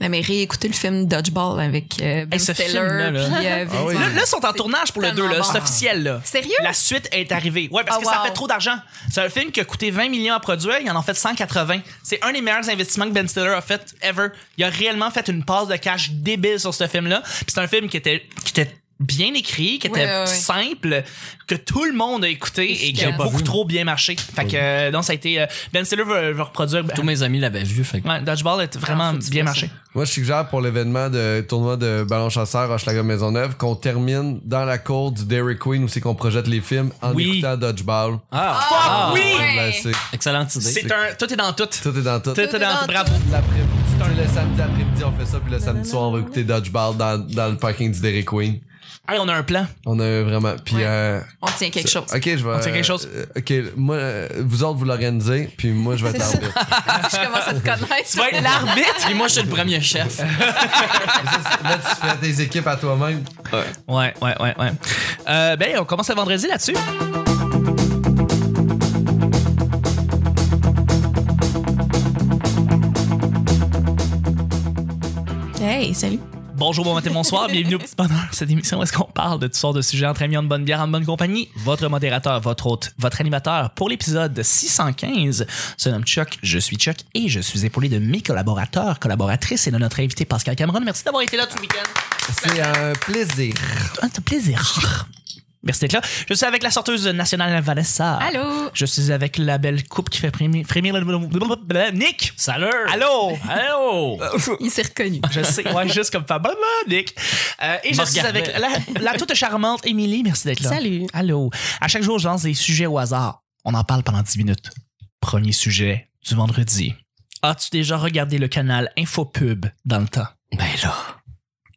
Non, Ben, mais réécouter le film Dodgeball avec euh, Ben Hey, ce Stiller. film-là, là. puis, euh, Ah oui. Vin Là, Diesel. là, ils sont en C'est tournage pour le 2, là. tellement C'est bon. officiel, là. Sérieux? La suite est arrivée. Ouais, parce Ah, que ça wow. fait trop d'argent. C'est un film qui a coûté 20 millions à produire, il en a fait 180. C'est un des meilleurs investissements que Ben Stiller a fait ever. Il a réellement fait une passe de cash débile sur ce film-là. Puis c'est un film qui était, qui était bien écrit, qui était Ouais, ouais, ouais. simple, que tout le monde a écouté et qui a Efficace. beaucoup trop bien marché. Fait que, euh, non, ça a été. euh, ben Stiller veut, veut reproduire. Tous mes amis l'avaient vu, fait que- Ouais, Dodgeball a vraiment Ah, faut que tu bien fasses marché. Moi, je suggère pour l'événement de tournoi de ballon chasseur Hochelaga Maisonneuve qu'on termine dans la cour du Dairy Queen où c'est qu'on projette les films en Oui. écoutant Dodgeball. Ah, Ah, oui! ouais. Classique. excellente idée. C'est un. Tout est dans tout. Tout Tout est dans tout. est dans tout. Bravo. L'après-midi, tu sais, le samedi après-midi, on fait ça, puis le samedi soir, on va écouter Dodgeball dans, dans le parking du Dairy Queen. Hey, on a un plan. On a vraiment. Puis, Ouais. euh, On tient quelque chose. Ok, je vais. On tient quelque chose. euh, ok, moi, euh, vous autres, vous l'organisez, puis moi, je vais tarder. je commence à te connaître. Tu vas être l'arbitre. Et moi, je suis le premier chef. Là, tu fais tes équipes à toi-même. Ben, Ouais, ouais, ouais, ouais. Euh, ben, on commence à vendredi là-dessus. Hey, salut. Bonjour, bon matin, bonsoir. Bienvenue au Petit Bonheur. Cette émission où est-ce qu'on parle de toutes sortes de sujets entre amis, en bonne bière, en bonne compagnie. Votre modérateur, votre hôte, votre animateur pour l'épisode 615 se nomme Chuck. Je suis Chuck et je suis épaulé de mes collaborateurs, collaboratrices et de notre invité Pascal Cameron. Merci d'avoir été là tout le week-end. C'est un plaisir. Un plaisir. Merci d'être là. Je suis avec la sorteuse nationale Vanessa. Allô? Je suis avec la belle coupe qui fait frémir, frémir le... Nick! Salut! Allô? Allô! Il s'est reconnu. Je sais, ouais, juste comme pas blablabla, Nick. Euh, et je Me suis regardait. avec la, la toute charmante Émilie. Merci d'être là. Salut. Allô. À chaque jour, je lance des sujets au hasard. On en parle pendant 10 minutes. Premier sujet du vendredi. As-tu déjà regardé le canal Infopub dans le temps? Ben là.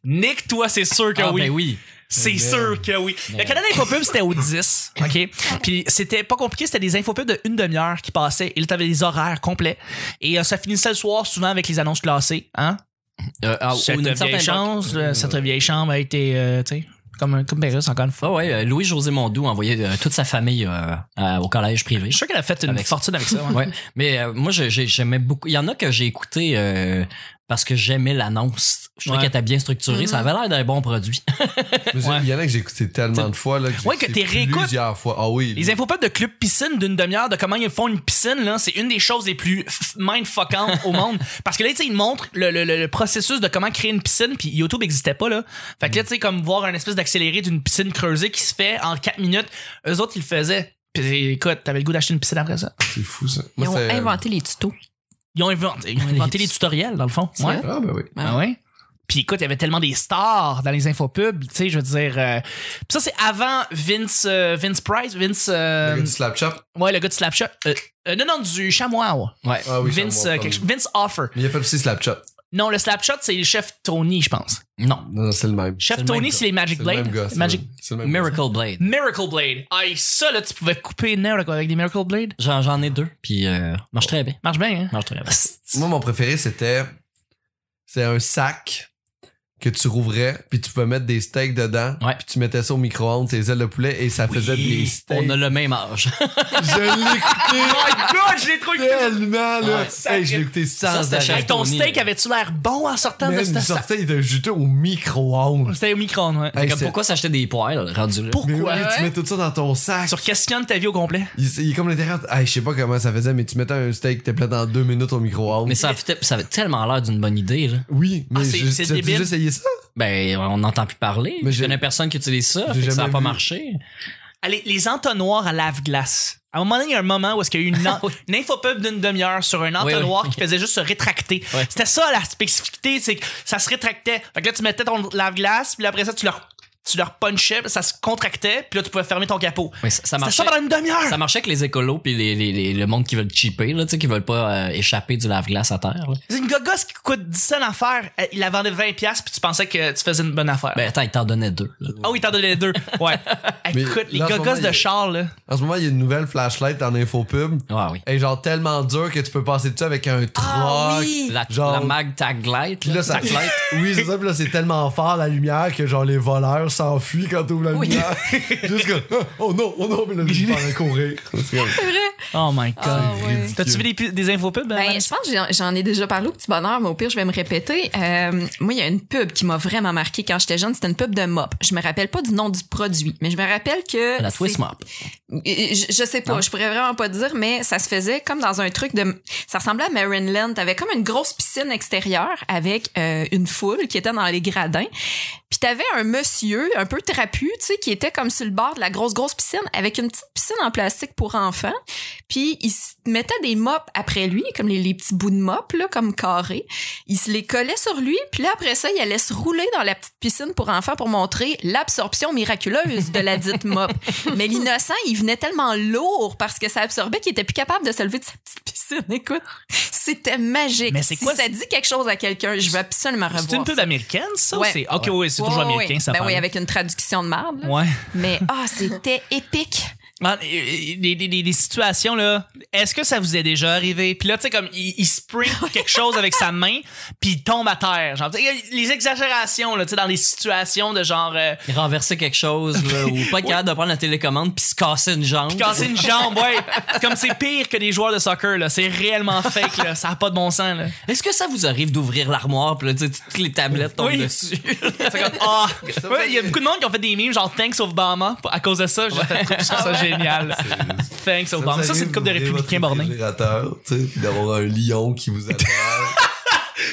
Nick, toi, c'est sûr que Ah, oui. ben oui. C'est Ben. sûr que oui. Le Ben. canal Infopub, c'était au 10. OK? Puis c'était pas compliqué, c'était des infopubs de une demi-heure qui passaient. Et là, t'avais des horaires complets. Et euh, ça finissait le soir, souvent avec les annonces classées. Hein? Euh, ah, ou Cette une vieille, certaine époque. chance, là, cette vieille chambre a été, euh, tu sais, comme, un- comme Pérus, encore une fois. Ah ouais, euh, Louis-José Mondou envoyait euh, toute sa famille euh, à- au collège privé. Je suis sûr qu'elle a fait une Avec- fortune avec ça. ouais. Ouais. Mais euh, moi, je- j'ai- j'aimais beaucoup. Il y en a que j'ai écouté euh, parce que j'aimais l'annonce. Je trouvais Ouais. qu'elle était bien structurée. Ça avait l'air d'un bon produit. Mais j'ai- Ouais. Il y en a que j'ai écouté tellement de fois. Là, que j'ai Ouais, que écouté t'es réécoutes. Plusieurs fois. Ah oui. Les infopubs de club piscine d'une demi-heure, de comment ils font une piscine, là, c'est une des choses les plus f- mindfuckantes au monde. Parce que là, tu sais, ils montrent le, le- le- le processus de comment créer une piscine, puis YouTube n'existait pas, là. Fait que là, tu sais, comme voir un espèce d'accéléré d'une piscine creusée qui se fait en 4 minutes, eux autres, ils le faisaient. Puis écoute, t'avais le goût d'acheter une piscine après ça. C'est fou, ça. Ils ont c'est- inventé les tutos. Ils ont inventé, ils ont inventé les tutoriels, dans le fond. C'est vrai? Ah, ben oui. Ouais. Ah ouais? Puis écoute, il y avait tellement des stars dans les infopubs, tu sais, je veux dire. euh, Puis ça, c'est avant Vince, euh, Vince Price, Vince. euh, Le gars du slap chop. Ouais, le gars de Slapshot. Euh, euh, non, non, du Chamois. Ouais. Ah oui, Vince, ça, euh, moi, quelque ça, chose- Vince Offer. Mais il a fait aussi slap chop. Non, le Slapshot, c'est le chef Tony, je pense. Non. Non, non, c'est le même. Chef C'est le même Tony, gars. c'est les Magic C'est le Blade. même gars. c'est Magic... le- C'est le même gars. Miracle Blade. Miracle Blade. Ah, ça, là, tu pouvais couper une nerf avec des Miracle Blade. J'en j'en ai deux. Puis euh, marche très bien. Marche bien, hein? Marche très bien. Moi, mon préféré, c'était. C'est un sac que tu rouvrais, puis tu pouvais mettre des steaks dedans, Ouais. puis tu mettais ça au micro-ondes, tes ailes de poulet, et ça faisait des steaks. On a le même âge. Je l'ai écouté Oh my god, je l'ai trouvé tellement, là! Ouais. Hey, je l'ai écouté Ça, sans c'était arrêt. cher. Hey, ton Tony, steak là. avait-tu l'air bon en sortant de Man, cette il sac? sortait, il était jeté au micro-ondes. C'était au micro-ondes, ouais. Hey, Comme c'est- pourquoi s'acheter des poils rendu là? Mais Pourquoi? oui, tu mets tout ça dans ton sac. Tu questionnes ta vie au complet. Il, il est comme l'intérieur. Ah, je sais pas comment ça faisait, mais tu mettais un steak, t'es prêt dans deux minutes au micro-ondes. Mais ça, avait- ça avait tellement l'air d'une bonne idée, là. Oui, mais Ah, c'est- j'ai c'est tu as débile. déjà essayé ça. Ben, on n'entend plus parler. Mais je j'ai- connais personne qui utilise ça. j'ai fait que ça n'a jamais pas vu. marché. Allez, les entonnoirs à lave-glace. À un moment donné, il y a un moment où est-ce qu'il y a eu une, en- une infopub d'une demi-heure sur un Ah Oui, entonnoir qui faisait juste se rétracter. Ouais. C'était ça la spécificité, c'est que ça se rétractait. Fait que là, tu mettais ton lave-glace, puis après ça, tu leur, tu leur punchais, puis ça se contractait, puis là, tu pouvais fermer ton capot. Mais ça, ça C'était marchait. ça pendant une demi-heure! Ça marchait avec les écolos puis les, les- les- le monde qui veulent cheaper, là, tu sais, qui veulent pas euh, échapper du lave-glace à terre. là. C'est une gogosse qui coûte 10 cents à faire. Elle- Il la vendait 20$, piastres, puis tu pensais que tu faisais une bonne affaire. Ben attends, ils t'en donnaient deux. là. Ah oui, t'en donnais deux. Ouais. Mais Écoute, les là, en ce gogosses moment, de il- Charles, là. En ce moment, il y a une nouvelle flashlight en infopub. Ouais, Ah oui. Elle est genre tellement dure que tu peux passer dessus avec un truc. Ah oui! La, Genre- la mag tag light. Puis là, ça... oui, c'est ça. Puis là, c'est tellement fort la lumière que genre les voleurs s'enfuit quand t'ouvres la Oui. lumière. Juste que, oh non, oh non, mais le lumière va courir. C'est vrai. Oh my Ah, god. ouais. T'as-tu vu des, pu- des infopubs? hein, Ben, Alex? je pense que j'en- j'en ai déjà parlé au petit bonheur, mais au pire, je vais me répéter. Euh, moi, il y a une pub qui m'a vraiment marqué quand j'étais jeune. C'était une pub de mop. Je me rappelle pas du nom du produit, mais je me rappelle que. La c'est- Twist Mop. Je, je sais pas, Non? je pourrais vraiment pas te dire, mais ça se faisait comme dans un truc de. Ça ressemblait à Maryland. T'avais comme une grosse piscine extérieure avec euh, une foule qui était dans les gradins. Puis t'avais un monsieur un peu trapu, tu sais, qui était comme sur le bord de la grosse, grosse piscine avec une petite piscine en plastique pour enfants. Puis il se mettait des mops après lui, comme les, les petits bouts de mops, là, comme carrés. Il se les collait sur lui, puis là, après ça, il allait se rouler dans la petite piscine pour enfants pour montrer l'absorption miraculeuse de la dite mop. Mais l'innocent, il venait tellement lourd parce que ça absorbait qu'il était plus capable de se lever de sa petite piscine. Écoute, c'était magique. Mais c'est si quoi, ça c'est- dit quelque chose à quelqu'un, je veux absolument revoir Ah, C'est une pub ça. américaine, ça? ou Ouais. c'est- Ok, oui, c'est toujours Ouais, ouais, américain, ouais. ça Ben parle. oui, avec une traduction de marde. là. Ouais. Mais ah, c'était épique. Man, euh, euh, Des, des- des- des situations, là, est-ce que ça vous est déjà arrivé? Puis là, tu sais, comme, il, il spring quelque chose avec sa main, puis il tombe à terre. Genre, tu sais, les exagérations, là, tu sais, dans les situations de genre... euh, Renverser quelque chose, là, ou pas être capable de prendre la télécommande puis se casser une jambe. Puis casser une jambe, ouais. Comme c'est pire que des joueurs de soccer, là. C'est réellement fake, là. Ça a pas de bon sens, là. Est-ce que ça vous arrive d'ouvrir l'armoire puis là, tu sais, toutes les tablettes tombent Oui. dessus? C'est comme, ah! Ouais, il y a beaucoup de monde qui ont fait des memes, genre Thanks Obama, à cause de ça. J'ai fait, je trouve Ah ça génial. Thanks Obama. Ça, c'est une coupe de républicains bornés. Puis d'avoir un lion qui vous attend.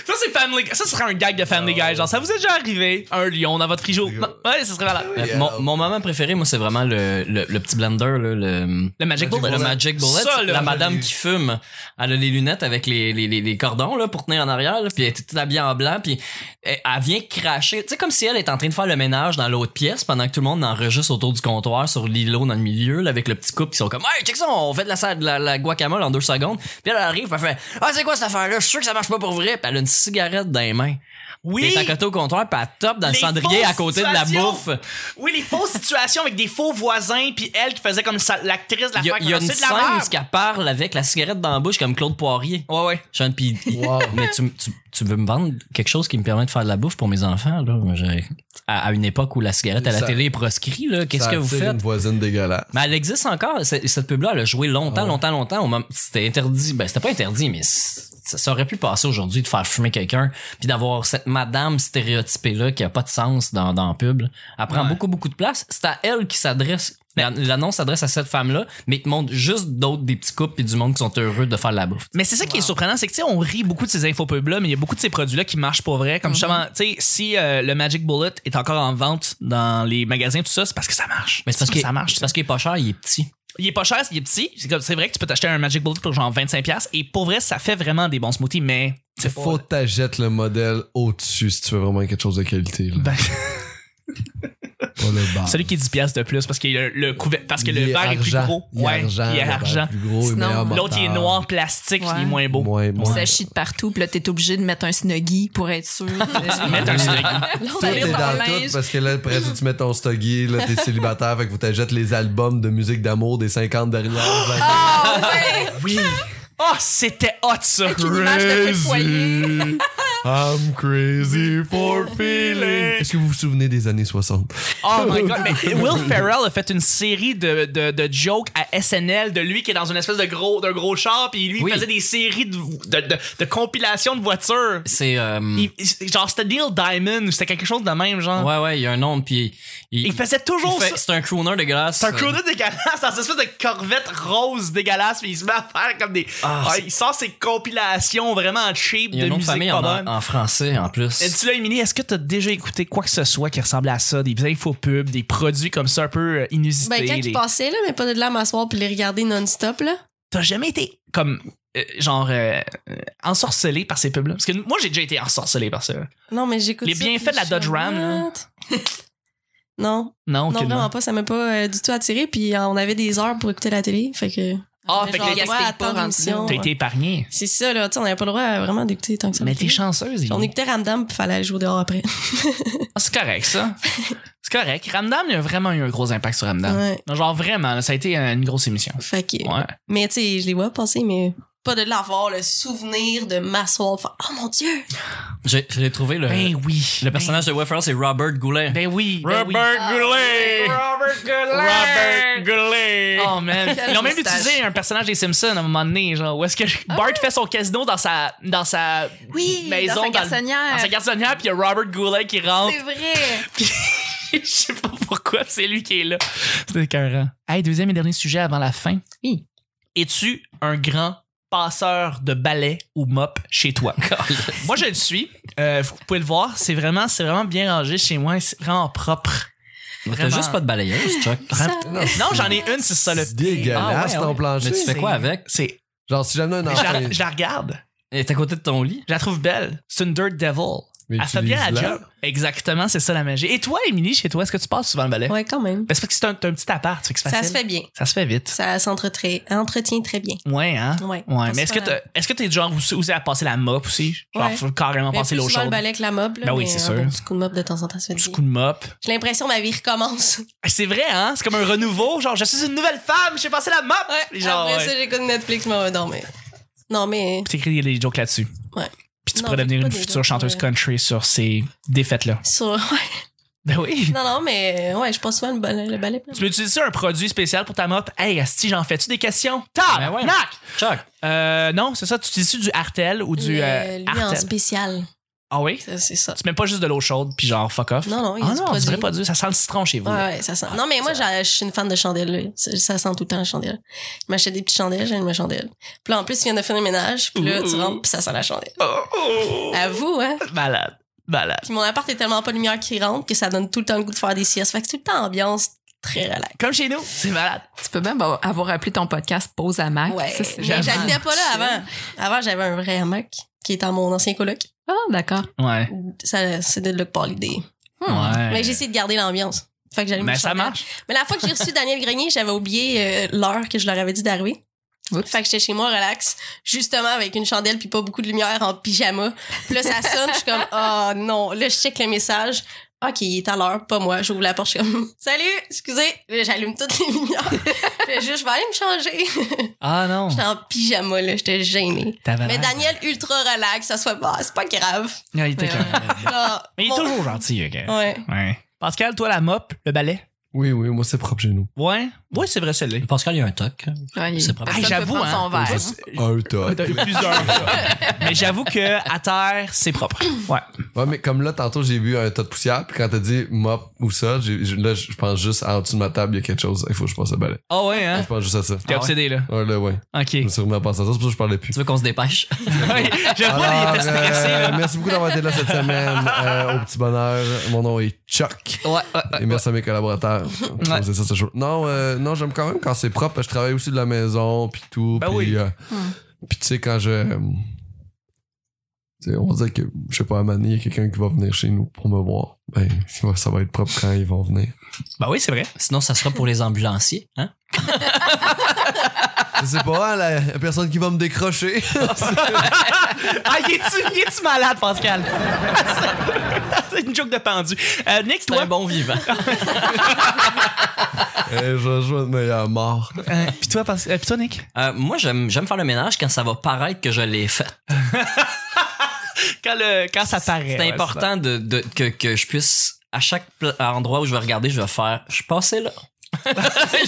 Ça, c'est Family Guy. Ça serait un gag de Family Ah, Guy. Genre, ça vous est déjà arrivé, un lion dans votre frigo. Frigo. Non, Ouais, ça serait voilà. Oui. Euh, Mon, mon moment préféré, moi, c'est vraiment le, le, le petit blender, là, le, Le Magic Magic Bullet. le Magic Bullet. Ça, là, la je madame l'ai qui fume, elle a les lunettes avec les, les, les, les cordons là, pour tenir en arrière, là, puis elle est toute habillée en blanc, puis elle, elle vient cracher. Tu sais, comme si elle est en train de faire le ménage dans l'autre pièce pendant que tout le monde enregistre autour du comptoir sur l'îlot dans le milieu, là, avec le petit couple qui sont comme Hey, check ça, on fait de la, salade- de la, la guacamole en deux secondes. Puis elle arrive, puis elle fait Ah, c'est quoi cette affaire-là? Je suis sûr que ça marche pas pour vrai. Puis elle a une cigarette dans les mains. Oui. Elle est à côté au comptoir, puis elle top dans Les le cendrier à fausses côté de la situations. bouffe. Oui, les fausses situations avec des faux voisins, puis elle qui faisait comme ça- l'actrice de la Il y a, fac, il y a c'est une de la merde. scène où elle parle avec la cigarette dans la bouche comme Claude Poirier. Ouais, ouais. Sean, puis- Wow. mais tu, tu, tu veux me vendre quelque chose qui me permet de faire de la bouffe pour mes enfants, là? Moi, j'ai- À, à une époque où la cigarette à la Ça- télé est proscrite, là, qu'est-ce Ça que vous attire faites? une voisine dégueulasse. Mais elle existe encore, cette, cette pub-là, elle a joué longtemps, Ah ouais. longtemps, longtemps. au moment- C'était interdit, ben c'était pas interdit, mais c- ça, ça aurait pu passer aujourd'hui de faire fumer quelqu'un, puis d'avoir cette madame stéréotypée-là qui a pas de sens dans, dans la pub. là. Elle prend Ouais. beaucoup, beaucoup de place. C'est à elle qui s'adresse. La- L'annonce s'adresse à cette femme-là, mais te montre juste d'autres des petits couples et du monde qui sont heureux de faire de la bouffe. Mais c'est ça qui est surprenant, c'est que tu sais, on rit beaucoup de ces infopubs-là, mais il y a beaucoup de ces produits-là qui marchent pour vrai. Comme justement, tu sais, si euh, le Magic Bullet est encore en vente dans les magasins, tout ça, c'est parce que ça marche. Mais c'est parce que ça marche. C'est parce qu'il est pas cher, il est petit. Il est pas cher, il est petit. C'est comme- C'est vrai que tu peux t'acheter un Magic Bullet pour genre 25$. Et pour vrai, ça fait vraiment des bons smoothies, mais c'est Faut que t'achètes le modèle au-dessus si tu veux vraiment quelque chose de qualité. là. Ben, Pas le bas. celui qui est 10$ de plus parce que le, le couver- parce que le Il est verre est plus argent. gros. Il est Ouais, argent. il est le verre argent. plus gros, il est Sinon, meilleur L'autre, il est moteur. noir, plastique, il est Ouais. moins beau. Moins, moins. Ça chie de partout, puis là, t'es obligé de mettre un snuggie pour être sûr. de- Mettre un snuggie. L'autre, Tout elle est est en dans linge. tout parce que là, après ça, tu mets ton stoggy, là, t'es célibataire, fait que vous t'achètes les albums de musique d'amour des 50 dernières années. Ah ouais! Oui. Oh, c'était hot ça. Avec une image de quel foyer. I'm crazy for feeling. Est-ce que vous vous souvenez des années 60? Oh my god, mais Will Ferrell a fait une série de, de, de jokes à SNL de lui qui est dans une espèce de gros d'un gros char puis lui il Oui. faisait des séries de, de, de, de compilations de voitures. C'est. euh, Il- il- genre c'était Neil Diamond, ou c'était quelque chose de même genre. Ouais, ouais, il y a un nom, puis. Il faisait toujours il fait- ça. C'est un crooner euh, dégueulasse. C'est un crooner dégueulasse dans une espèce de corvette rose dégueulasse puis il se met à faire comme des Ah, Ah, c'est- il sort ses compilations vraiment cheap Il y a de un nom de musique famille pas en, bonne. en français, en plus. Et tu là, Émilie, est-ce que t'as déjà écouté quoi que ce soit qui ressemblait à ça, des infopubs, des produits comme ça un peu euh, inusités? Ben, quand des- ils passaient, là, mais pas de là à m'asseoir puis les regarder non-stop, là. t'as jamais été comme euh, genre euh, euh, ensorcelé par ces pubs là parce que moi j'ai déjà été ensorcelé par ça Non, mais j'écoute Les ça, bienfaits puis de la je suis Dodge comme, Ram, là. What? Non, non non, aucunement. vraiment pas. Ça m'a pas euh, du tout attiré. Puis euh, on avait des heures pour écouter la télé. Fait que. ah Mais fait que genre, t'as- ouais, gaspille attends pas rendu l'émission, là. t'as ouais. été épargné C'est ça, là. tu sais, on n'avait pas le droit euh, vraiment d'écouter tant que ça. mais t'es chanceuse Émilie. On écoutait Ramdam, puis fallait aller jouer dehors après. Ah, c'est correct ça c'est correct Ramdam il a vraiment eu un gros impact sur Ramdam Ouais. Non, genre vraiment là, ça a été euh, une grosse émission Fait que. ouais Mais tu sais, je les vois passer, mais pas de l'avoir le souvenir de m'asseoir faire oh mon dieu J'ai j'ai trouvé le, Ben oui. le personnage de Weffer, c'est Robert Goulet. Ben oui. ben oui. Goulet! Robert Robert Goulet! Oh man. Quelle Ils ont même moustache. utilisé un personnage des Simpsons à un moment donné, genre, où est-ce que Bart fait son casino dans sa, dans sa Oui, maison, dans sa le- garçonnière. dans sa garçonnière, puis il y a Robert Goulet qui rentre. C'est vrai. Je sais pas pourquoi, c'est lui qui est là. C'est écœurant. Hey, deuxième et dernier sujet avant la fin. Oui. Es-tu un grand passeur de ballet ou mop chez toi? Moi, je le suis. Euh, vous pouvez le voir. C'est vraiment, c'est vraiment bien rangé chez moi. C'est vraiment propre. T'as Vraiment. juste pas de balayeuse, Chuck. Non, j'en ai une, c'est ça le C'est dégueulasse Ah ouais, ton ouais. plancher. Mais tu fais quoi avec? C'est. Genre, si jamais un Je enfant. la, je la regarde. Elle est à côté de ton lit. Je la trouve belle. C'est une Dirt Devil. Mais Elle tu fait bien la lises là. job. Exactement, c'est ça la magie. Et toi, Émilie, chez toi, est-ce que tu passes souvent le ballet? ouais quand même Ben, c'est parce que c'est un, t'as un petit appart, fait que c'est ça facile. se fait bien Ça se fait vite. ça s'entretient entretient très bien Ouais, hein? ouais Ouais, mais est-ce que Pas- t'as- est-ce que t'es du genre aussi, aussi à passer la mop aussi? Genre, Ouais. faut carrément mais passer plus l'eau souvent le chaude. balai que la mop là, Ben oui, mais c'est un sûr. bon petit coup de mop de temps en temps ça fait Petit du coup bien. de mop. j'ai l'impression que ma vie recommence C'est vrai, hein? C'est comme un renouveau. Genre, je suis une nouvelle femme, j'ai passé la mop! Puis genre, après ouais. ça j'écoute Netflix je m'en vais dormir non mais Puis t'écris des jokes là-dessus. Ouais. Puis tu Non, pourrais j'écris devenir pas une des future jokes, chanteuse euh, country sur ces défaites-là. sur Ben oui. non non mais ouais je passe souvent le balai le balai Tu peux utiliser un produit spécial pour ta mop. Hey, Asti, j'en fais-tu des questions? Tab! Ben ouais. Nac! Chuck! Euh, non, c'est ça, tu utilises du Artel ou du. Le- euh, lui en Artel. spécial Ah oui? Ça, c'est ça Tu mets pas juste de l'eau chaude, puis genre fuck off. non non il y a Ah du non, produit. tu dirais pas du. Ça sent le citron chez vous. Ouais, là. ouais, ça sent. Non, mais moi, j'a- je suis une fan de chandelles. là. Ça ça sent tout le temps la chandelle. Je m'achète des petites chandelles, j'aime ma chandelle. Puis là, en plus, tu viens de faire le ménage, puis là, tu Ouh. rentres, puis ça sent la chandelle. Oh, oh. À vous, hein? Malade. Malade. Puis mon appart est tellement pas lumière qui rentre que ça donne tout le temps le goût de faire des siestes. Fait que c'est tout le temps ambiance très relax. Comme chez nous, c'est malade. Tu peux même avoir appelé ton podcast Pause à Ah, Mac. Ouais. Ça, c'est- mais j'avoue. j'habitais pas là avant. Avant, j'avais un vrai hamac qui est dans mon ancien coloc. Ah, d'accord. Hmm. Ouais. Ça, c'est de là que part l'idée. Ouais. Mais j'ai essayé de garder l'ambiance. Fait que j'allais Mais me ça chanter. marche. Mais la fois que j'ai reçu Daniel Grenier, j'avais oublié euh, l'heure que je leur avais dit d'arriver. Oups. Fait que j'étais chez moi relax, justement avec une chandelle puis pas beaucoup de lumière en pyjama. Puis là ça sonne, je suis comme oh non, là je check le message. OK, il est à l'heure, pas moi. J'ouvre la porte, je suis comme salut, excusez, Là, j'allume toutes les lumières. Puis juste je vais aller me changer. Ah non. J'étais en pyjama là, j'étais gênée. T'avais Mais l'air- Daniel ultra relax, ça soit bah, c'est pas grave. Ouais, il était Ouais, quand même- Là, Mais il est bon, toujours gentil, ok. Ouais. Ouais. Pascal, toi, la mop, le balai. Oui, oui, moi, c'est propre chez nous. Ouais. Ouais, c'est vrai, celle-là. Pascal, il y a un toc. hein, Ouais, C'est propre. personne Hey, peut j'avoue, prendre hein. son verre. Ça, Un top. T'as eu euh, plusieurs. Mais j'avoue que à terre, c'est propre. Ouais. Ouais, mais comme là, tantôt, j'ai vu un tas de poussière, puis quand t'as dit mop ou ça, j'ai- j'ai- là, je pense juste en dessous de ma table, il y a quelque chose, il faut que je passe à balai. Ah ouais, hein? Je pense juste à ça. T'es Ah ouais. obsédé, là. Ouais, là, ouais. Ok. Je me suis remis à penser à ça, c'est pour ça que je parlais plus. Tu veux qu'on se dépêche? Ouais, Je vois, il était Alors, stressé, euh, là. merci beaucoup d'avoir été là cette semaine euh, au petit bonheur. Mon nom est Chuck. Ah, Ouais, ouais, Et ouais. merci à mes collaborateurs. Ouais. C'est ça, c'est chaud. Non, euh, non j'aime quand même quand c'est propre. Je travaille aussi de la maison, puis tout. Ben puis, oui. euh, puis tu sais, quand je. euh, tu sais, on va dire que, je sais pas, à Mané, il y a quelqu'un qui va venir chez nous pour me voir. Ben, ça va- ça va être propre quand ils vont venir. Bah oui, c'est vrai. Sinon, ça sera pour les ambulanciers. Hein? Je sais pas, hein, la, la personne qui va me décrocher. Ah, y es-tu, y es-tu malade, Pascal? c'est une joke de pendu. Euh, Nick, C'est toi. un bon vivant. Et Eh, je vais jouer de meilleur mort. Euh, Puis toi, Pas- euh, puis toi, Nick. Euh, moi, j'aime j'aime faire le ménage quand ça va paraître que je l'ai fait. Eh Quand, le, quand ça paraît. C'est important de, de- que, que je puisse, à chaque pla- endroit où je vais regarder, je vais faire « Je suis passé là.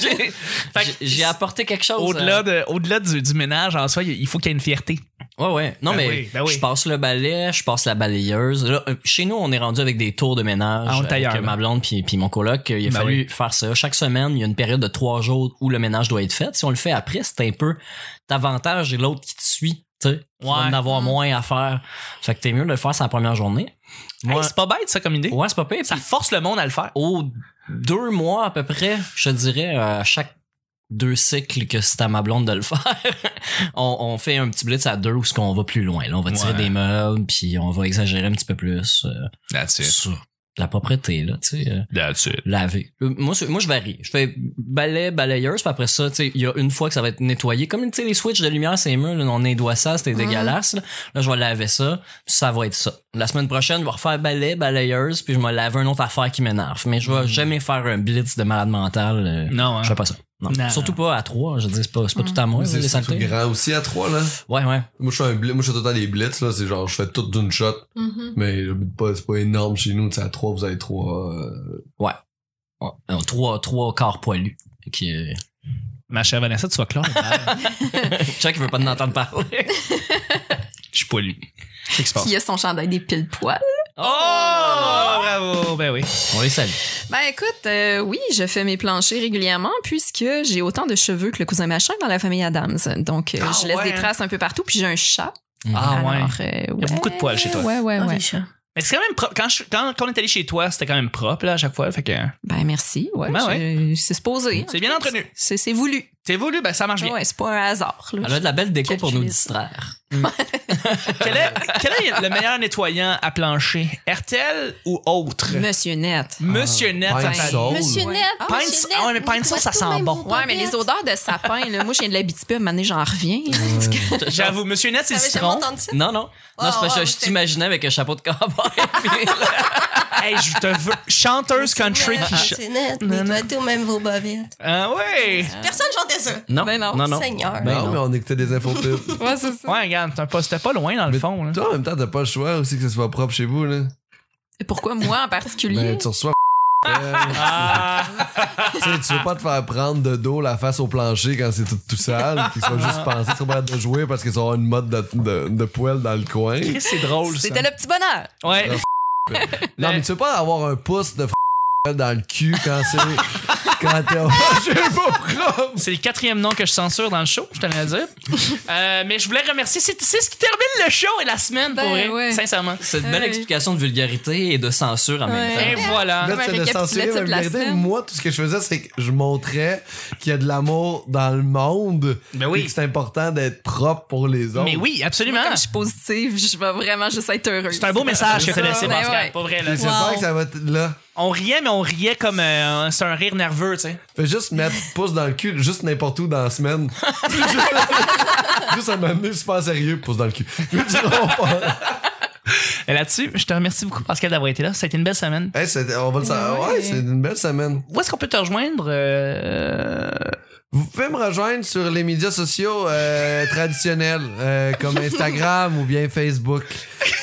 J'ai- Fait » que- J'ai- J'ai apporté quelque chose. euh, Au-delà, de, au-delà du, du ménage, en soi, il faut qu'il y ait une fierté. Ouais, ouais. Non, Ben mais oui, ben oui. je passe le balai, je passe la balayeuse. Là, euh, chez nous, on est rendu avec des tours de ménage. Ah, on est avec ailleurs, là. euh, ma blonde puis, puis mon coloc. Il a Ben fallu faire ça. Chaque semaine, il y a une période de trois jours où le ménage doit être fait. Si on le fait après, c'est un peu d'avantage et l'autre qui te suit. Tu sais, Tu vas Ouais. en avoir Mm. moins à faire. Fait que t'es mieux de le faire sur la première journée. Moi, Hey, c'est pas bête, ça, comme idée. ouais, c'est pas pire. Ça Puis force le monde à le faire. aux deux mois à peu près, je te dirais, euh, à chaque deux cycles que c'est à ma blonde de le faire, on, on fait un petit blitz à deux où ce qu'on va plus loin. Là, on va tirer Ouais. des meubles, puis on va exagérer un petit peu plus euh, That's sur la propreté, là, tu sais, euh, laver. Euh, Moi, c'est- moi, je varie. Je fais balai, balayeuse, puis après ça, tu sais, il y a une fois que ça va être nettoyé. Comme, tu sais, les switches de lumière, c'est murs, là, on nettoie ça, c'était dégueulasse. Là. Là, je vais laver ça, puis ça va être ça. La semaine prochaine, je vais refaire balai, balayeuse, puis je vais laver une autre affaire qui m'énerve. Mais je vais jamais faire un blitz de malade mental. euh, Non, hein. Je fais pas ça. Non. Non. Surtout pas à trois, je dis, c'est pas, c'est pas tout à moi, là, Mm. C'est les surtout saletés. grand aussi à trois, là. Ouais, ouais. Moi, je fais un blitz, moi, je fais tout le temps des blitz, là. C'est genre, je fais tout d'une shot. Mm-hmm. Mhm. Mais le but pas- c'est pas énorme chez nous. Tu sais, à trois, vous avez trois. euh, Ouais. Euh, trois, trois quarts poilus. Qui, euh, Ma chère Vanessa, tu vas clore. Chuck, il veut pas t'entendre parler. Je suis poilu. Qu'est-ce qui se passe? Qui a son chandail des pile poils. Oh! Bravo! Ben oui. On les salue. Ben écoute, euh, oui, je fais mes planchers régulièrement puisque j'ai autant de cheveux que le cousin machin dans la famille Adams. Donc, euh, Ah je laisse ouais, des hein? traces un peu partout, puis j'ai un chat. Ah ouais. Alors, euh, ouais. Il y a beaucoup de poils chez toi. Ouais, ouais, Ah, ouais. les chats. Mais c'est quand même propre. Quand, je- quand, quand on est allé chez toi, c'était quand même propre là, à chaque fois. Fait que Ben merci, ouais. Ben je- C'est supposé. c'est bien entretenu. C'est c'est voulu. T'es voulu, ben ça marche bien. Ouais, c'est pas un hasard. là. Elle a de la belle déco Quel pour nous chouette. distraire. Quel, est, quel est le meilleur nettoyant à plancher? RTL ou autre? Monsieur Net. Monsieur Net. Pine ça- Sol. Monsieur Ouais. Ned, Ah, Monsieur Pine- Ned, Oh, ah ouais, mais vous Pine Sol, êtes ça tout sent même bon. vos Ouais, mais les pompettes. odeurs de sapin, là, moi, je viens de l'habitude, à un moment donné, j'en reviens. là, parce que- J'avoue, Monsieur Net, c'est T'avais jamais citron. entendu ça? Non, non. non, c'est Oh, parce que Ah, wow, je c'est- t'imaginais avec un chapeau de cowboy. puis là- hey, je te veux. Chanteuse country qui hein, chante. Monsieur Ned, Non, non. nettoie tout même vos bobettes. Ah ouais! Personne chantait ça. non. Ben non, non, non. Seigneur. Ben non, non. mais on écoutait des infos pipes. Ouais, c'est ça. Ouais, regarde, t'as pas- c'était pas loin dans le Mais fond. Là. Toi, en même temps, t'as pas le choix aussi que ce soit propre chez vous, là. Pourquoi moi en particulier? Ben, tu reçois. euh, Ah! tu sais, tu veux pas te faire prendre de dos la face au plancher quand c'est tout, tout sale, qu'ils soient juste pensés qu'ils sont pas de jouer parce qu'ils ont une mode de, de, de poêle dans le coin. Chris, c'est drôle, ça. C'était le petit bonheur. Ouais. Non, mais tu veux pas avoir un pouce de f- dans le cul quand c'est. quand t'es au Ah, plancher pas propre. C'est le quatrième nom que je censure dans le show, je tenais à dire. Euh, mais je voulais remercier. C'est c'est ce qui termine le show et la semaine, Ben pour vrai, ouais. sincèrement. Cette belle Ouais. explication de vulgarité et de censure en même Euh. Ouais. Et temps. voilà. Là, Comme un c'est de censurer récapitulatif la de la vérité. semaine. Moi, tout ce que je faisais, c'est que je montrais qu'il y a de l'amour dans le monde. Ben et que c'est important d'être propre pour les autres. Mais oui, absolument. Comme je suis positive, je vais vraiment juste être heureuse. C'est un beau message que t'as laissé, Ben Pascal. ouais. Pas vrai, là. Puis J'espère Wow. que ça va être là. On riait, mais on riait comme. euh, c'est un rire nerveux, tu sais. Fais juste mettre pouce dans le cul, juste n'importe où dans la semaine. juste à un moment donné, super sérieux, pouce dans le cul. Je veux dire, on part. Et Là-dessus, je te remercie beaucoup, Pascal, d'avoir été là. Ça a été une belle semaine. Hey, c'est- on va le savoir. Ouais. Ouais, c'est une belle semaine. Où est-ce qu'on peut te rejoindre? euh, Vous pouvez me rejoindre sur les médias sociaux euh, traditionnels, euh, comme Instagram ou bien Facebook.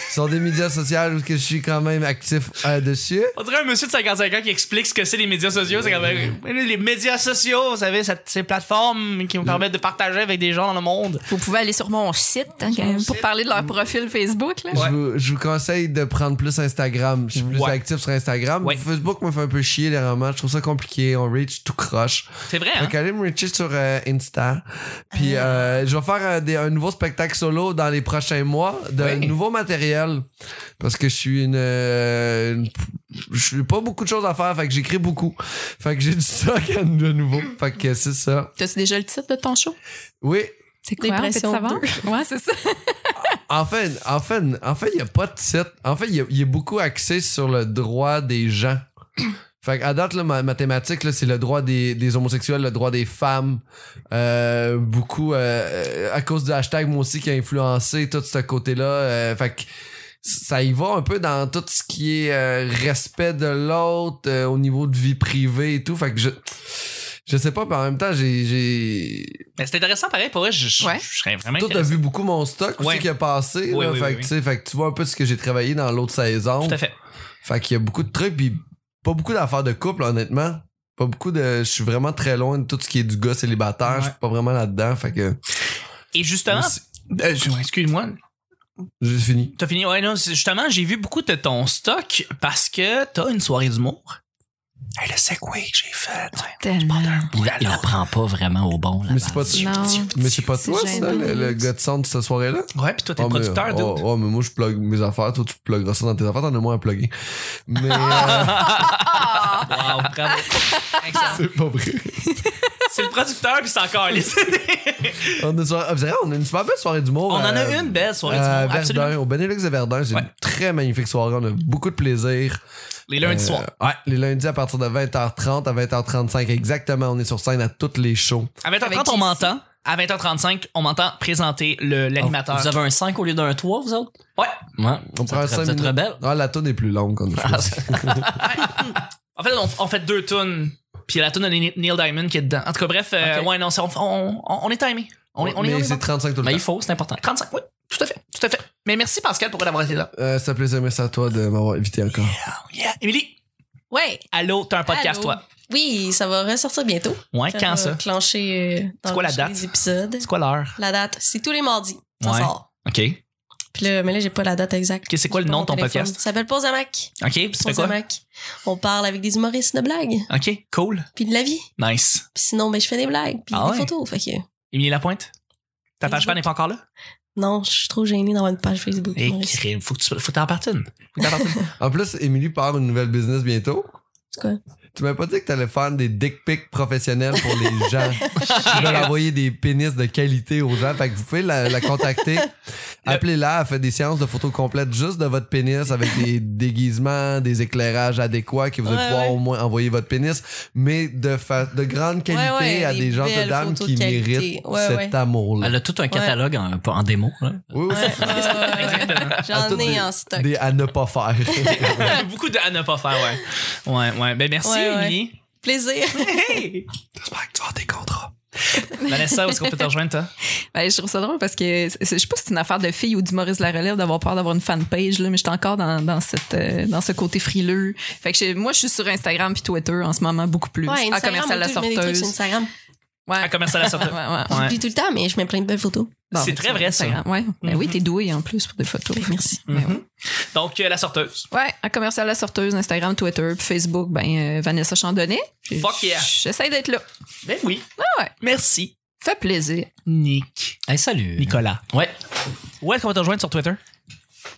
Ce sont des médias sociaux où que je suis quand même actif euh, dessus. On dirait un monsieur de 55 ans qui explique ce que c'est les médias sociaux. C'est quand même- Les médias sociaux, vous savez, cette- ces plateformes qui vous permettent de partager avec des gens dans le monde. Vous pouvez aller sur mon site hein, quand même, pour parler de leur Mm. profil Facebook. Là. Ouais. Je, vous, je vous conseille de prendre plus Instagram. Je suis plus Ouais. actif sur Instagram. Ouais. Facebook me fait un peu chier dernièrement. Je trouve ça compliqué. On reach tout croche. C'est vrai, hein? Ah. Fait qu'allez me reacher sur euh, Insta. Puis euh, je vais faire euh, des- un nouveau spectacle solo dans les prochains mois, de Oui. nouveau matériel. Parce que je suis une. euh, une- je n'ai pas beaucoup de choses à faire, fait que j'écris beaucoup. Fait que j'ai du stock à- de nouveau. Fait que c'est ça. T'as-tu déjà le titre de ton show? Oui. C'est quoi, Dépression on peut 2? Ouais, c'est ça. En fait, en fait, en fait, il n'y a pas de titre. En fait, il y a- il y a beaucoup axé sur le droit des gens. Fait que à date, là, ma, ma thématique, là, c'est le droit des, des homosexuels, le droit des femmes. Euh, beaucoup euh, euh, à cause du hashtag, moi aussi, qui a influencé tout ce côté-là. Euh, fait que ça y va un peu dans tout ce qui est euh, respect de l'autre euh, au niveau de vie privée et tout. Fait que je. Je sais pas, mais en même temps, j'ai- j'ai. Mais c'est intéressant, pareil, pour eux, je, je- Ouais. je serais vraiment Toi, t'as intéressé. vu beaucoup mon stock Ouais. aussi qui a passé. Oui, là. oui, fait, oui, que, oui. tu sais, fait que tu vois un peu ce que j'ai travaillé dans l'autre saison. Tout à fait. Fait qu'il y a beaucoup de trucs, puis pas beaucoup d'affaires de couple, honnêtement. Pas beaucoup de. Je suis vraiment très loin de tout ce qui est du gars célibataire. Je suis pas vraiment là-dedans. Fait que. Et justement, Euh, je- ouais, excuse-moi, J'ai fini. t'as fini. Ouais, non, c'est- justement, j'ai vu beaucoup de ton stock parce que t'as une soirée d'humour. Hey, le segway que j'ai fait. Il, il la prend pas vraiment au bon. Mais c'est pas, Ah bah, Non. mais c'est pas C'est toi, ça, gênant. le, le gars de son de cette soirée-là? Ouais, pis toi, t'es Oh, mais- producteur, dude. oh, oh, mais moi, je plug mes affaires. Toi, tu plugueras ça dans tes affaires. T'en as moins à plugger. Mais. euh, Wow, bravo. c'est pas vrai. C'est le producteur, puis c'est encore lisse. On a, une soirée- ah, vous savez, on a une super belle soirée d'humour. On en a euh, une belle soirée à d'humour, Verdun, absolument. au Benelux de Verdun. C'est Ouais. une très magnifique soirée. On a beaucoup de plaisir. Les lundis Euh, soirs. Ouais, les lundis à partir de 20h30 à 20h35 exactement. On est sur scène à toutes les shows. À 20h30, Avec on JC. m'entend. À 20h35, on m'entend présenter le- Oh, l'animateur. Vous avez un 5 au lieu d'un 3, vous autres? Ouais. Ouais. On prend cinq Vous êtes minutes. rebelle. Ah, Ah, la toune est plus longue qu'on a choisi. En fait, on, on fait deux tunes Puis il y a la tune de Neil Diamond qui est dedans. En tout cas, bref, euh, Ok. ouais, non, c'est- on, on, on- on est timé. On est, on est, on mais est Ben, c'est 35 tout le Mais il temps. faut, c'est important. 35, oui, tout à fait, tout à fait. Mais merci Pascal pour d'avoir été là. Euh, ça plaisir, merci à toi de m'avoir invité encore. Yeah. Émilie, Ouais. allô, t'as un podcast, Allô. toi. Oui, ça va ressortir bientôt. Ouais, va quand ça? clencher, euh, C'est quoi la d'enregistrer date? les épisodes. C'est quoi l'heure? La date, c'est tous les mardis. Ça Ouais. sort. OK. Puis là, mais là, j'ai pas la date exacte. Ok, c'est quoi J'ai le pas nom mon de ton téléphone. podcast? Ça s'appelle Pause à Mac. OK, puis tu fais Pause à quoi? Mac. On parle avec des humoristes de blagues, OK, cool. puis de la vie. Nice. Puis sinon, ben, je fais des blagues, puis Ah des ouais? photos. Fait que Émilie Lapointe? Ta page fan n'est pas encore là? non, je suis trop gênée d'avoir une page Facebook. Eh, humoriste. crime, faut que tu faut que t'en partes une. Faut que t'en partes une. En plus, Émilie part une nouvelle business bientôt. C'est quoi? Tu m'as pas dit que t'allais faire des dick pics professionnels pour les gens. Tu veulent envoyer des pénis de qualité aux gens. Fait que vous pouvez la, la contacter. Appelez-la, elle fait des séances de photos complètes juste de votre pénis avec des déguisements, des éclairages adéquats que vous allez Ouais, pouvoir ouais. au moins envoyer votre pénis, mais de, fa- de grande qualité Ouais, ouais, à des, des gens belles de dames photos qui de qualité. méritent Ouais, cet ouais. amour-là. Elle a tout un catalogue en, pas en démo. Là. Oui, oui, Ouais, ouais, ouais, ouais. À J'en toutes ai des- en stock. Des à ne pas faire. Beaucoup de à ne pas faire, ouais. Ouais, ouais. Ben merci, Ouais, ouais. Émilie. Plaisir. Hey! J'espère que tu vas avoir des contrats. Vanessa, où est-ce qu'on peut te rejoindre, toi? Ben, je trouve ça drôle parce que c'est- je sais pas si c'est une affaire de fille ou d'humoriste de la relève d'avoir peur d'avoir une fanpage, là, mais j'étais encore dans, dans, cette, euh, dans ce côté frileux. Fait que je- moi, je suis sur Instagram puis Twitter en ce moment beaucoup plus. Ouais, à Instagram, Ah, commercial la moi, tout, je mets des trucs sorteuse. sur Instagram. Ouais. À commerce à la sortie. Ouais, ouais. Ouais. J'oublie tout le temps, mais je mets plein de belles photos. Bon, C'est ben, très sur vrai, ça. Instagram. Ouais. Ben oui, t'es doué en plus pour des photos. Mm-hmm. Ben, merci. Ben oui. Donc, euh, la sorteuse. Ouais, à commercial la sorteuse, Instagram, Twitter, puis Facebook, ben euh, Vanessa Chandonnet. J'ai- Fuck yeah. J'essaie d'être là. Ah Ben oui. ouais. Merci. Fait plaisir. Ah, Nick. Hey, salut. Nicolas. Ouais. Où est-ce qu'on va te rejoindre sur Twitter?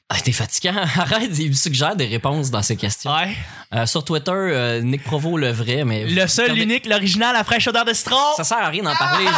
Ah, t'es fatiguant. Arrête, il me suggère des réponses dans ces questions. Ouais. Euh, sur Twitter, euh, Nick Provo, le vrai, mais. Ah. Le seul, Regardez- l'unique, l'original, la fraîche odeur de citron. Ça sert à rien d'en parler. j-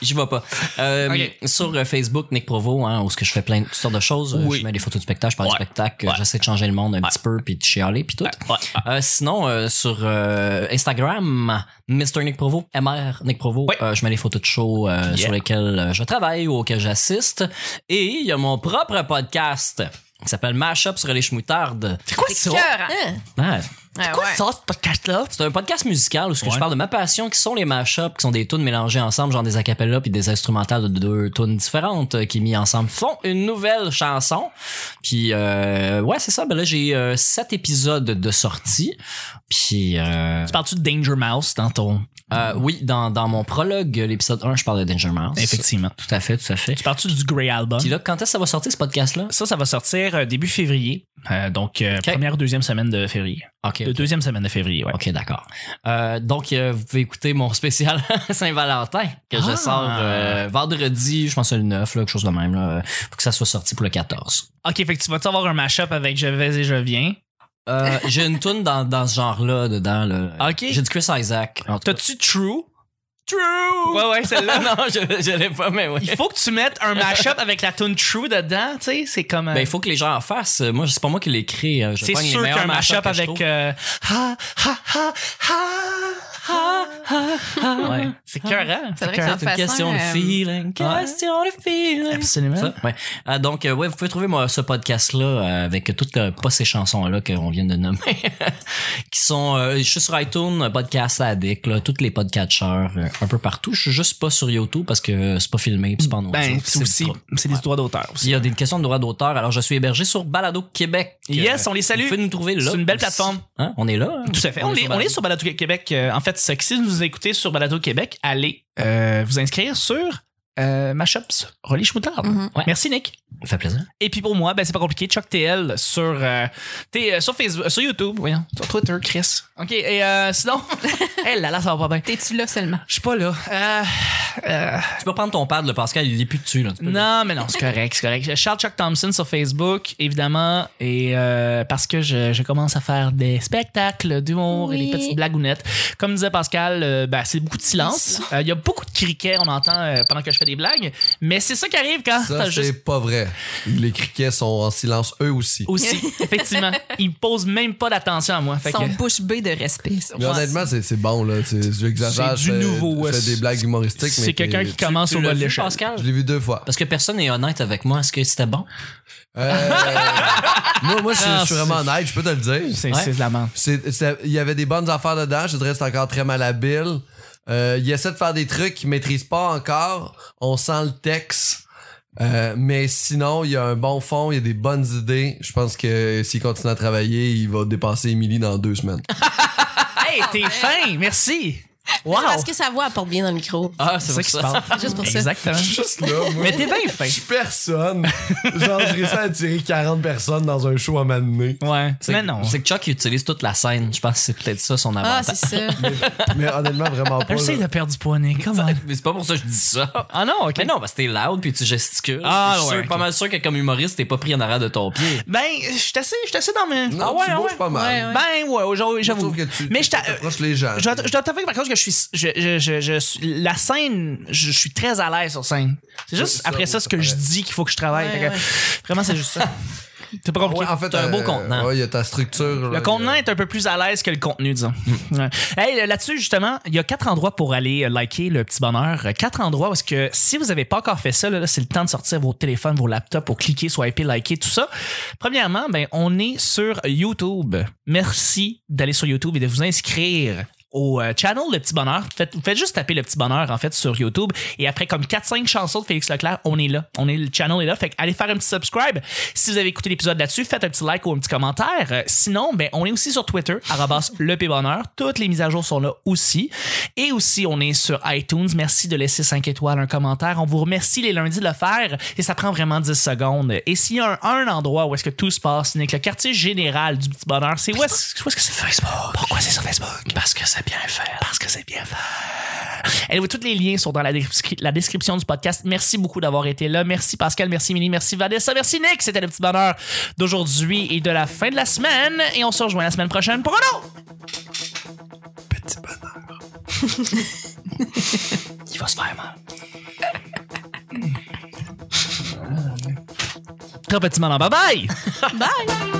J'y vais pas. Euh, Ok. Sur euh, Facebook, Nick Provo, hein, où ce que je fais plein de toutes sortes de choses. Euh, Oui. Je mets des photos de spectacle, je parle Ouais. du spectacle, euh, Ouais. j'essaie de changer le monde un petit peu, puis de chialer, puis tout. Ouais. Euh, sinon, euh, sur euh, Instagram, Mr. Nick Provo, MR Nick Provo, Oui. euh, je mets les photos de show euh, Yeah. sur lesquelles euh, je travaille ou auxquelles j'assiste. Et il y a mon propre podcast qui s'appelle Mashup sur les chmoutardes. C'est quoi C'est ça? cœur, hein? Ah, Ouais. Ouais, Quoi ouais. ça, ce podcast-là? C'est un podcast musical où ce que Ouais. je parle de ma passion, qui sont les mashups, qui sont des tunes mélangées ensemble, genre des acapellas puis des instrumentales de deux tunes différentes euh, qui mis ensemble font une nouvelle chanson. Puis euh, ouais, c'est ça. Ben là, j'ai euh, sept épisodes de sortie. Puis euh, Tu parles-tu de Danger Mouse dans ton. euh, oui, dans, dans mon prologue, l'épisode 1, je parle de Danger Mouse. Effectivement. Tout à fait, tout à fait. Tu parles-tu du Grey Album? Puis là, quand est-ce que ça va sortir ce podcast-là? Ça, ça va sortir euh, début février. Euh, donc, euh, Ok. première ou deuxième semaine de février. Ok. De deuxième semaine de février, ouais. Ok, d'accord. Euh, donc, euh, vous pouvez écouter mon spécial Saint-Valentin que Ah. je sors euh, vendredi, je pense que c'est le 9, là, quelque chose de même, là, euh, pour que ça soit sorti pour le 14. Ok, fait que tu vas-tu avoir un mashup avec Je vais et je viens? Euh, j'ai une toune dans, dans ce genre-là dedans. Là. Ok. J'ai du Chris Isaac. en tout cas. T'as-tu True? True? Ouais, ouais, celle-là. non, je, je l'ai pas, mais ouais. Il faut que tu mettes un mashup avec la tune True dedans, tu sais, c'est comme. euh, Ben, il faut que les gens en fassent. Moi, c'est pas moi qui l'écris. hein. Je c'est pogne les sûr meilleurs qu'un mashups mashup que je avec. trouve. euh, ha, ha, ha, ha, ha, ha, ha. Ouais. C'est cœurant. Faudrait c'est que ça cœurant. C'est une question de façon, euh, feeling. euh, ouais. Question de feeling. Absolument. Ça, ouais. Ah, donc, euh, ouais, vous pouvez trouver moi, ce podcast-là euh, avec toutes, euh, pas ces chansons-là qu'on vient de nommer, qui sont, euh, je suis sur iTunes, Podcast Addict, là, tous les podcatchers, euh, un peu partout. Je suis juste pas sur YouTube parce que c'est pas filmé, puis c'est pas en audio. Ben, puis c'est le aussi. trouble. C'est des droits d'auteur Puis aussi. Il y a des questions de droit d'auteur, alors je suis hébergé sur Balado Québec. Yes, Euh, on les Vous salue. pouvez nous trouver là. C'est une belle aussi. plateforme. Hein, On est là. hein? Tout à fait. On, est, on Balado. est sur Balado Québec. Euh, en fait, c'est que si vous nous écoutez sur Balado Québec, allez euh, vous inscrire sur euh, Mashups Relais Choutarde. Mhm. Ouais. Merci, Nick. Ça fait plaisir. Et puis pour moi, ben c'est pas compliqué. Chuck TL sur, euh, t'es, euh, sur Facebook, euh, sur YouTube, voyons, sur Twitter, Chris. Ok. Et euh, sinon, elle là là, ça va pas bien. T'es-tu là seulement? Je suis pas là. Euh, euh, Tu peux prendre ton pad, le Pascal, il est plus dessus. Là. Tu peux- non, mais non, c'est correct, c'est correct. Charles Chuck Thompson sur Facebook, évidemment, et euh, parce que je, je commence à faire des spectacles d'humour et Oui. des petites blagounettes. Comme disait Pascal, euh, ben, c'est beaucoup de silence. Euh, Il y a beaucoup de criquets, on entend euh, pendant que je fais des blagues, mais c'est ça qui arrive Ah, quand Ça, t'as c'est juste pas vrai. Les criquets sont en silence eux aussi. aussi, effectivement, ils posent même pas d'attention à moi. Fait Son que- bouche bée de respect. ça. Mais honnêtement, c'est c'est bon, là. C'est- J'exagère. C'est je du fais- nouveau, Je ouais. fais des blagues humoristiques, mais. C'est quelqu'un t'es- qui commence Tu au l'as bas de vu, l'échelle. Pascal? Je l'ai vu deux fois. Parce que personne n'est honnête avec moi. Est-ce que c'était bon? Euh, moi, moi je, suis- Non, je suis c'est- vraiment honnête, je peux te le dire. C'est Ouais. c'est de la menthe. C'est- c'est- Il y avait des bonnes affaires dedans, je te dirais que c'est encore très malhabile. Euh, il essaie de faire des trucs qu'il maîtrise pas encore. On sent le texte. Euh, mais sinon, il y a un bon fond, il y a des bonnes idées. Je pense que s'il continue à travailler, il va dépasser Emily dans deux semaines. Hey, t'es fin, merci. Ah, Wow. Parce que sa voix apporte bien dans le micro. Ah, c'est ça pour qui se ça. passe. Juste pour ça. Exactement. Juste là, moi. Mais t'es bien fin. Je suis personne. Genre, je réussis à attirer 40 personnes dans un show à m'amener. Ouais. C'est Mais que- non. C'est que Chuck utilise toute la scène. Je pense que c'est peut-être ça son Ah, avantage. c'est ça. Mais honnêtement, vraiment pas. Je sais, il là. a perdu poids, Nick. Comment? mais c'est pas pour ça Oh. que je dis ça. Ah non, ok. Mais non, parce que t'es loud puis tu gesticules. Ah, je suis sûr- ouais, pas ok. mal sûr que comme humoriste, t'es pas pris en arrière de ton pied. Ben, je suis assez, je suis assez dans mes. Non, tu bouges pas mal. Ouais, ouais. Ben, ouais, aujourd'hui, Je j'avoue. trouve que tu Mais tu je t'a- euh, t'approches les gens. Je dois, je dois t'avouer que, par contre que je suis, je, je, je, je suis- la scène, je, suis très à l'aise sur scène. C'est juste c'est ça, après ça, oui, ce ça que je paraît. dis qu'il faut que je travaille. Ouais, Fait que, ouais. Vraiment, c'est juste ça. C'est pas compliqué. Ouais, en fait, T'as un beau euh, contenant. Ouais, il y a ta structure. Le contenant est un peu plus à l'aise que le contenu, disons. Ouais. Hey, euh, là-dessus, justement, il y a quatre endroits pour aller euh, liker le petit bonheur. Euh, Quatre endroits parce que si vous n'avez pas encore fait ça, là, là, c'est le temps de sortir vos téléphones, vos laptops pour cliquer, swiper, liker, tout ça. Premièrement, ben, on est sur YouTube. Merci d'aller sur YouTube et de vous inscrire au euh, channel Le Petit Bonheur. Faites, vous faites juste taper Le Petit Bonheur, en fait, sur YouTube. Et après, comme 4-5 chansons de Félix Leclerc, on est là. On est, le channel est là. Fait que allez faire un petit subscribe. Si vous avez écouté l'épisode là-dessus, faites un petit like ou un petit commentaire. Euh, sinon, ben, on est aussi sur Twitter, arrobas Le P Bonheur. Toutes les mises à jour sont là aussi. Et aussi, on est sur iTunes. Merci de laisser 5 étoiles, un commentaire. On vous remercie les lundis de le faire. Et ça prend vraiment 10 secondes. Et s'il y a un, un endroit où est-ce que tout se passe, Nick, le quartier général du Petit Bonheur, c'est où est-ce où est-ce que c'est Facebook? Pourquoi c'est sur Facebook? Parce que c'est bien fait. Parce que c'est bien fait. Anyway, tous les liens sont dans la, descri- la description du podcast. Merci beaucoup d'avoir été là. Merci Pascal, merci Mini, merci Vanessa, merci Nick. C'était le petit bonheur d'aujourd'hui et de la fin de la semaine. Et on se rejoint la semaine prochaine pour un autre. Petit bonheur. Il va se faire mal. Très petit bonheur. Bye bye! Bye!